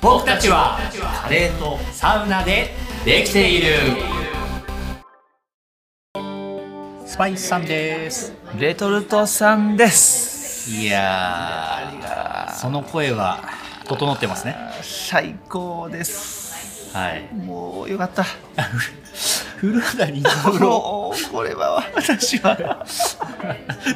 僕たちはカレーとサウナでできているスパイスさんですレトルトさんですいやーその声は整ってますね最高ですはいもうよかった古谷三郎もうこれは私は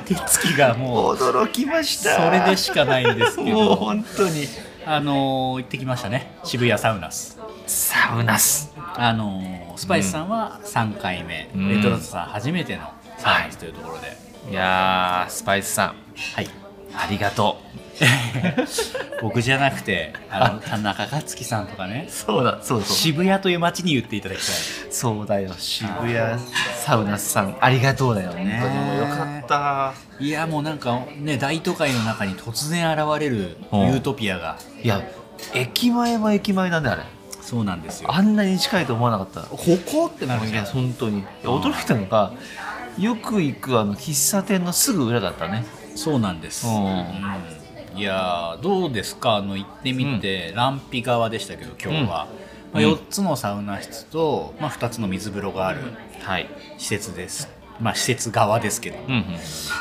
手つきがもう驚きましそたれでしかないんですけもうど本当にあのー行ってきましたね渋谷サウナスサウナスあのースパイスさんは3回目、うんレトロトさん初めてのサウナスというところで、いやースパイスさんはいありがと僕じゃなくてあの田中克樹さんとかねうそうだそうそう渋谷という街に言っていただきたいそうだよ渋谷サウナスさんありがとうだよ本当にねもうよかったいやもうなんかね大都会の中に突然現れるうんユートピアがいや駅前は駅前だねあれそうなんですよあんなに近いと思わなかったここってなるいじゃやん本当にいや驚いたのがよく行くあの喫茶店のすぐ裏だったねそうなんです、うんうんいやーどうですかあの行ってみて、ランピ側でしたけど今日は、うんまあ、うん4つのサウナ室と、まあ、2つの水風呂があるはい施設ですまあ施設側ですけど、うんうんい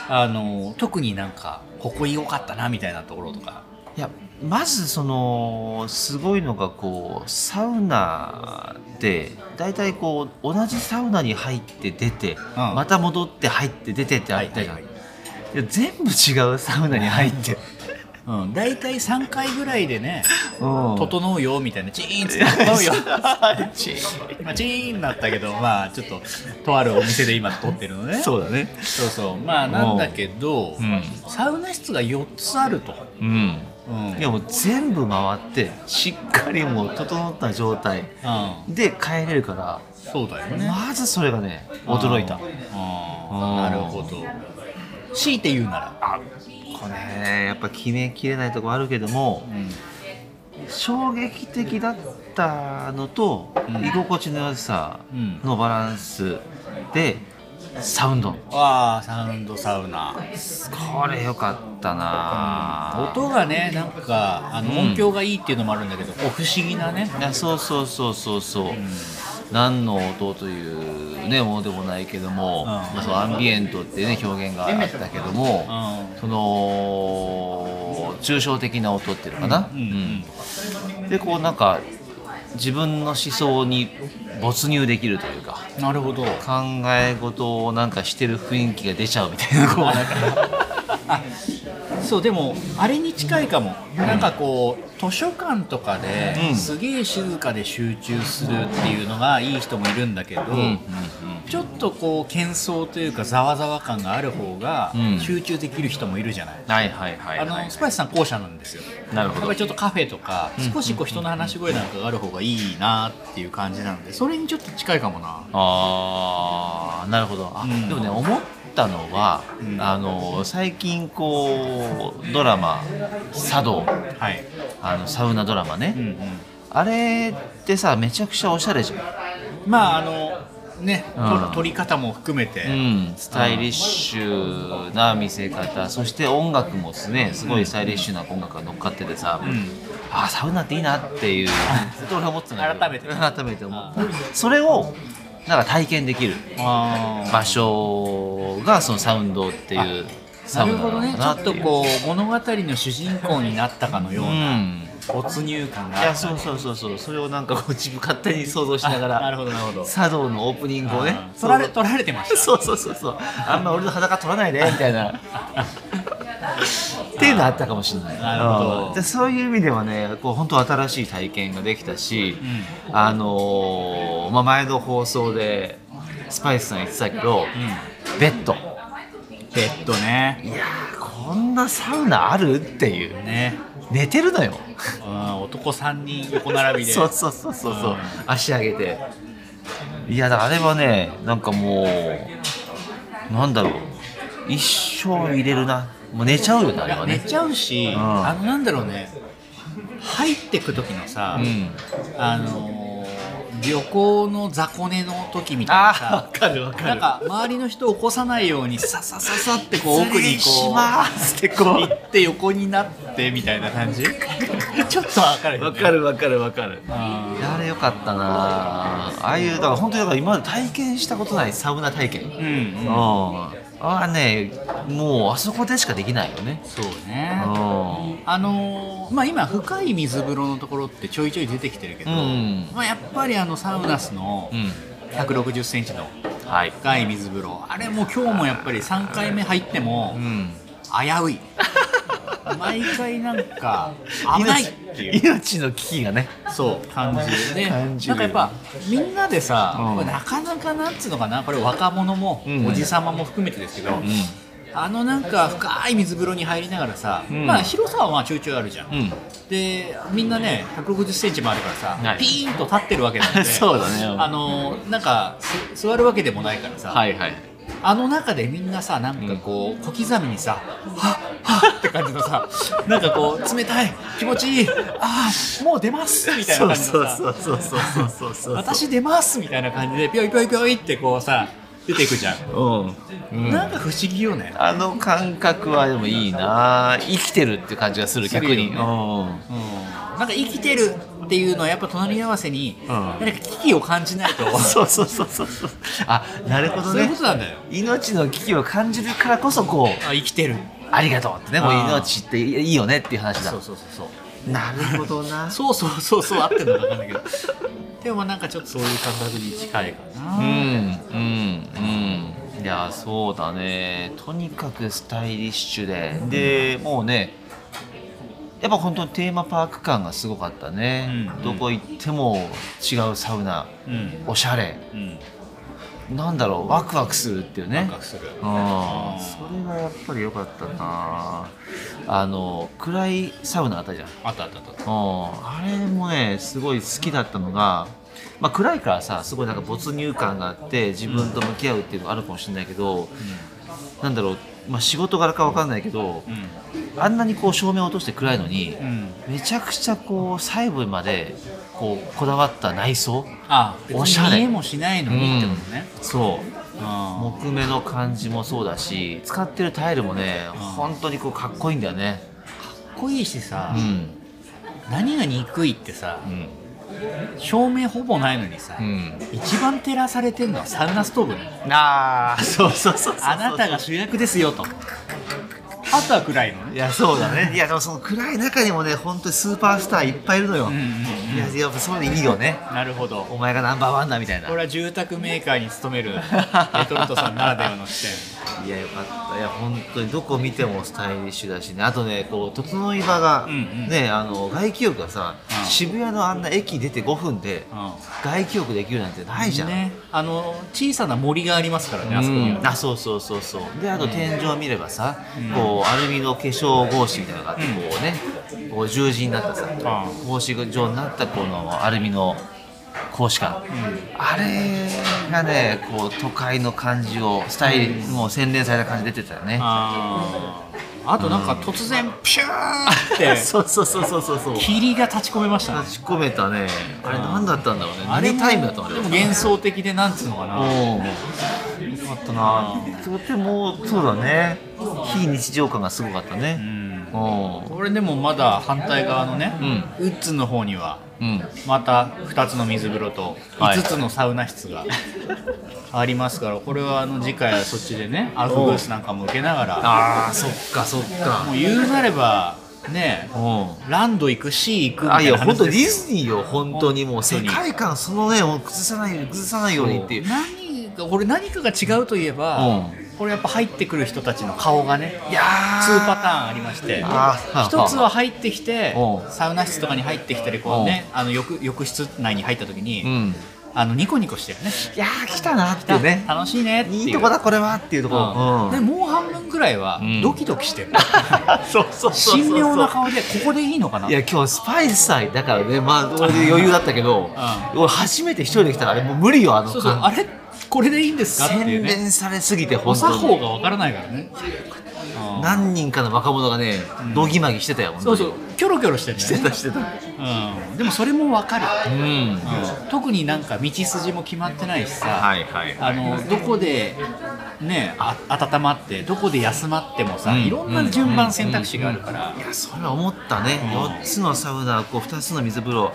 あの特になんかここ良かったなみたいなところとかやまずそのすごいのがこうサウナで大体こう同じサウナに入って出て、また戻って入って出てってあったじゃん、はいいや全部違うサウナに入って、うん、大体3回ぐらいでねうん整 うよみたいなチーンって整うよチまあ チーンなったけどまあちょっととあるお店で今撮ってるのねそうそうだねそうまあなんだけど、うんサウナ室が4つあると、うんうんいやもう全部回ってしっかりもう整った状態うんで帰れるからそうだよねまずそれがね驚いたうこんなるほど強いて言うなら、れねやっぱ決めきれないとこあるけどもうん衝撃的だったのと、うん居心地の良さうんのバランスでサウンドああサウンドサウナこれ良かったな音がねなんかあのうん音響がいいっていうのもあるんだけど、こう不思議なね、いやそうそうそうそうそう、何の音という、ね、ものでもないけども、んまあ、そのアンビエントっていうね表現があったけども、うその抽象的な音っていうのかな、んうんうんでこうなんか自分の思想に没入できるというかうん、なるほど考え事をなんかしてる雰囲気が出ちゃうみたいなこうなん かあ そうでもあれに近いかも、なんかこう図書館とかで、うんすげえ静かで集中するっていうのがいい人もいるんだけど、うんうんちょっとこう喧騒というかざわざわ感がある方がうん集中できる人もいるじゃない、はいはいはいはあいのスパイスさん後者なんですよなるやっほぱどりちょっとカフェとか少しこう人の話し声なんかがある方がいいなっていう感じなのでそれにちょっと近いかもなあーなるほどあ、うんでもね思ったのは、うんあの最近こうドラマ「茶道はい」あのサウナドラマね、うんうんあれってさめちゃくちゃおしゃれじゃん、まああのねうん撮り方も含めて、うん、スタイリッシュな見せ方そして音楽もですねすごいスタイリッシュな音楽が乗っかっててさ、んあーサウナっていいなっていうずっと俺は思ってたんだけど改めて改めて思ったそれをなんか体験できるあー場所がそのサウンドっていうサなるウナほどなねちのかょなっっていとうこう物語の主人公になったかのよううなん没入感がいあやったそうそうそうそうそれをなんかこう自分勝手に想像しな があなるらほどなるほど茶道のオープニングをねあー撮られ撮られてましたそうそうそうそうあんま俺の裸取らないでみたいなっていうのあったかもしれないなるほどうんでそういう意味ではねこう本当新しい体験ができたし、あのーまあ、前の放送でスパイスさん言ってたけど、ベッドベッドねいやーこんなサウナあるっていうね寝てるのようん男3人横並びで そうそうそうそうそう、うん足上げていやだからあれはねなんかもうなんだろう一生入れるなもう寝ちゃうよねあれは寝ねちゃうし、んあのなんだろうね入ってく時のさ、うんあのー旅行の雑魚寝の時みたいなさかるわなんか周りの人を起こさないようにささささってこう奥に失礼しこますってうこ行って横になってみたいな感じ ちょっとわかるよ わねかるわかるわかるああれよかったなああいうだから本当にだから今まで体験したことないサウナ体験、ーうん、うん、ああねもうあそこでしかできないよねそうねうんあのーまあ今深い水風呂のところってちょいちょい出てきてるけど、うんまあ、やっぱりあのサウナスのうん1 6 0センチのはい深い水風呂あれもう今日もやっぱり3回目入ってもうん危うい毎回なんか危 ないっていう命命の危機がねそう感じで感じなんるかやよっぱみんなでさ、うんこれなかなかなんつうのかなこれ若者も、うんおじさまも含めてですけど、あのなんか深い水風呂に入りながらさ、うんまあ広さはまあちょいちょいあるじゃん、うんでみんなね1 6 0センチもあるからさ、はいピーンと立ってるわけなんで そうだねあのなんかす座るわけでもないからさ、はいはいあの中でみんなさなんかこう小刻みにさ「はっはっ」って感じのさなんかこう冷たい気持ちいいああもう出ますみたいな感じのさうそうそうそうそうそ私出ますみたいな感じでぴょいぴょいぴょいってこうさ出ていくじゃん、うん、うん、なんか不思議よね、あの感覚はでもいいな生きてるって感じがする逆にするうんうん、なんか生きてるっていうのはやっぱ隣り合わせに、んなんか危機を感じないとそうそうそうそうそうあなるほど そういうねことなんだよ命の危機を感じるからこそこうあ生きてるありがとうってねもうあー命っていいよねっていう話だそうそうそうそうなるほど なそうそうそうそう合ってるのか分かんない けどでもなんかちょっとそういう感覚に近いかな、うんうんうんいやそうだねとにかくスタイリッシュででもうねやっぱ本当にテーマパーク感がすごかったね、うんどこ行っても違うサウナうんおしゃれうんなんだろうワクワクするっていうね感覚するあうんそれがやっぱり良かったなあの暗いサウナあったじゃんあったあったあったうんあれもねすごい好きだったのが、まあ、暗いからさすごいなんか没入感があって自分と向き合うっていうのがあるかもしれないけど、なんだろう、まあ、仕事柄か分かんないけど、うあんなにこう照明を落として暗いのに、んうんめちゃくちゃこう細部までこうこだわった内装あおしゃれ見えもしないのにってことね、そうあ木目の感じもそうだし使ってるタイルもねん本当にこうかっこいいんだよねーかっこいいしさう、ん何が憎いってさうん照明ほぼないのにさ、うん一番照らされてるのはサウナストーブねああ そうそうそうそうそうあなたが主役ですよとあとは暗いのいねやそうだねいやでもその暗い中にもね本当にスーパースターいっぱいいるのよ、うんうんうんいややっぱそういうのいいよねなるほどお前がナンバーワンだみたいなこれは住宅メーカーに勤 めるレトルトさんならではの視点いやよかったいや本当にどこ見てもスタイリッシュだしねあとねこう整い場が、うんうんねあの外気浴がさ、うん渋谷のあんな駅出て5分でう外気浴できるなんてないじゃん、ね、あの小さな森がありますからねあそこにうんはあそうそうそうそうであと天井を見ればさ、こうアルミの化粧格子みたいなのがあってこうねこう十字になったさん格子状になったこのアルミの格子感、あれがねこう都会の感じをスタイル、もう洗練された感じ出てたよねあーあとなんか突然ピューンって そうそうそうそうそうそう立霧が立ち込めましたねち込めたねあれ何だったんだろうねあれ何もタイムだったのあでれも幻想的でなんつうのかなうんよかったなとてもそうだね非日常感がすごかったうんねうんこれでもまだ反対側のね、ウッズの方にはうんまた2つの水風呂とはい5つのサウナ室がありますからこれはあの次回はそっちでねアルフグースなんかも受けながらああそっかそっかもう言うなればねうランド行くシー行くみんあたいいなや話本当ディですズニーよ本当にもう世界観そのねもう崩さないように崩さないようにっていう何が俺何かが違うといえば、うこれやっぱ入ってくる人たちの顔がねいやー2パターンありましてあー一つは入ってきてうんサウナ室とかに入ってきたりこうねあの浴浴室内に入った時に、うんあのニコニコしてるねいやー来たなっていうね楽しいねっていういいとこだこれはっていうところでもう半分くらいはうんドキドキしてる、そう そう神妙な顔でここでいいのかないや今日スパイス祭だからねまあ俺で余裕だったけど、俺初めて一人で来たらあれもう無理よあのそうそうあれこれでいいんですかってい洗うね練されすぎてお本当作に法がわからないからねうんうん何人かの若者がねうんどぎまぎしてたよ本当そうにそうキョロキョロしてるんしてだたよね、してたうん、でもそれもわかる、うんうん特になんか道筋も決まってないしさ、はいはいあのどこで、ね、あ温まってどこで休まってもさ、うんいろんな順番選択肢があるから、いやそれは思ったね、うん4つのサウナこう2つの水風呂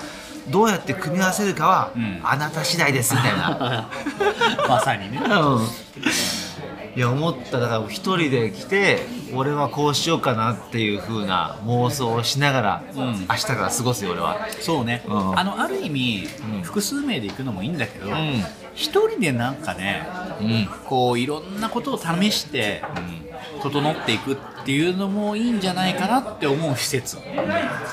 どうやって組み合わせるかは、うんあなた次第ですみたい な まさにねうんいや思っただから一人で来て俺はこうしようかなっていう風な妄想をしながら、ん明日から過ごすよ俺はそうね、うんあのある意味、うん複数名で行くのもいいんだけど、ん一人でなんかねうんこういろんなことを試して整っていくっていうのもいいんじゃないかなって思う施設、うん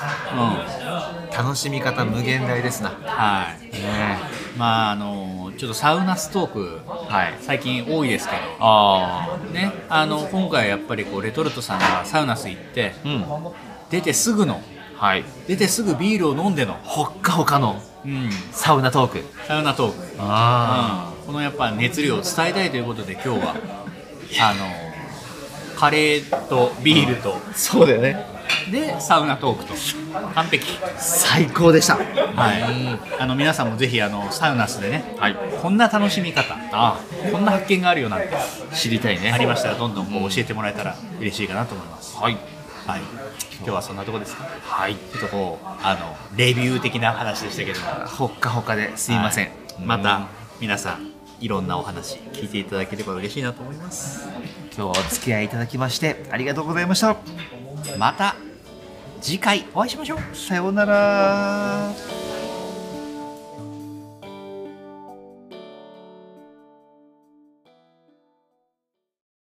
は楽しみ方無限大ですな、ねいまああのちょっとサウナストークはい最近多いですけどあね、あの今回やっぱりこうレトルトさんがサウナス行ってあうん出てすぐのはい出てすぐビールを飲んでの、ほっかほかのうん、サウナトークサウナトーク、あうん、このやっぱ熱量を伝えたいということで今日はあのカレーとビールとあそうだよねでサウナトークと完璧、最高でしたはい、あの皆さんもぜひあのサウナスでねはいこんな楽しみ方あこんな発見があるよなんて知りたいねありましたらどんどんこう教えてもらえたら嬉しいかなと思います、はいはい、今日はそんなとこですかはいちょっとこうあのレビュー的な話でしたけどもほっかほかですいません、はいまた皆さんいろんなお話聞いていただければ嬉しいなと思います今日お付き合いいただきましてありがとうございましたまた次回お会いしましょうさようなら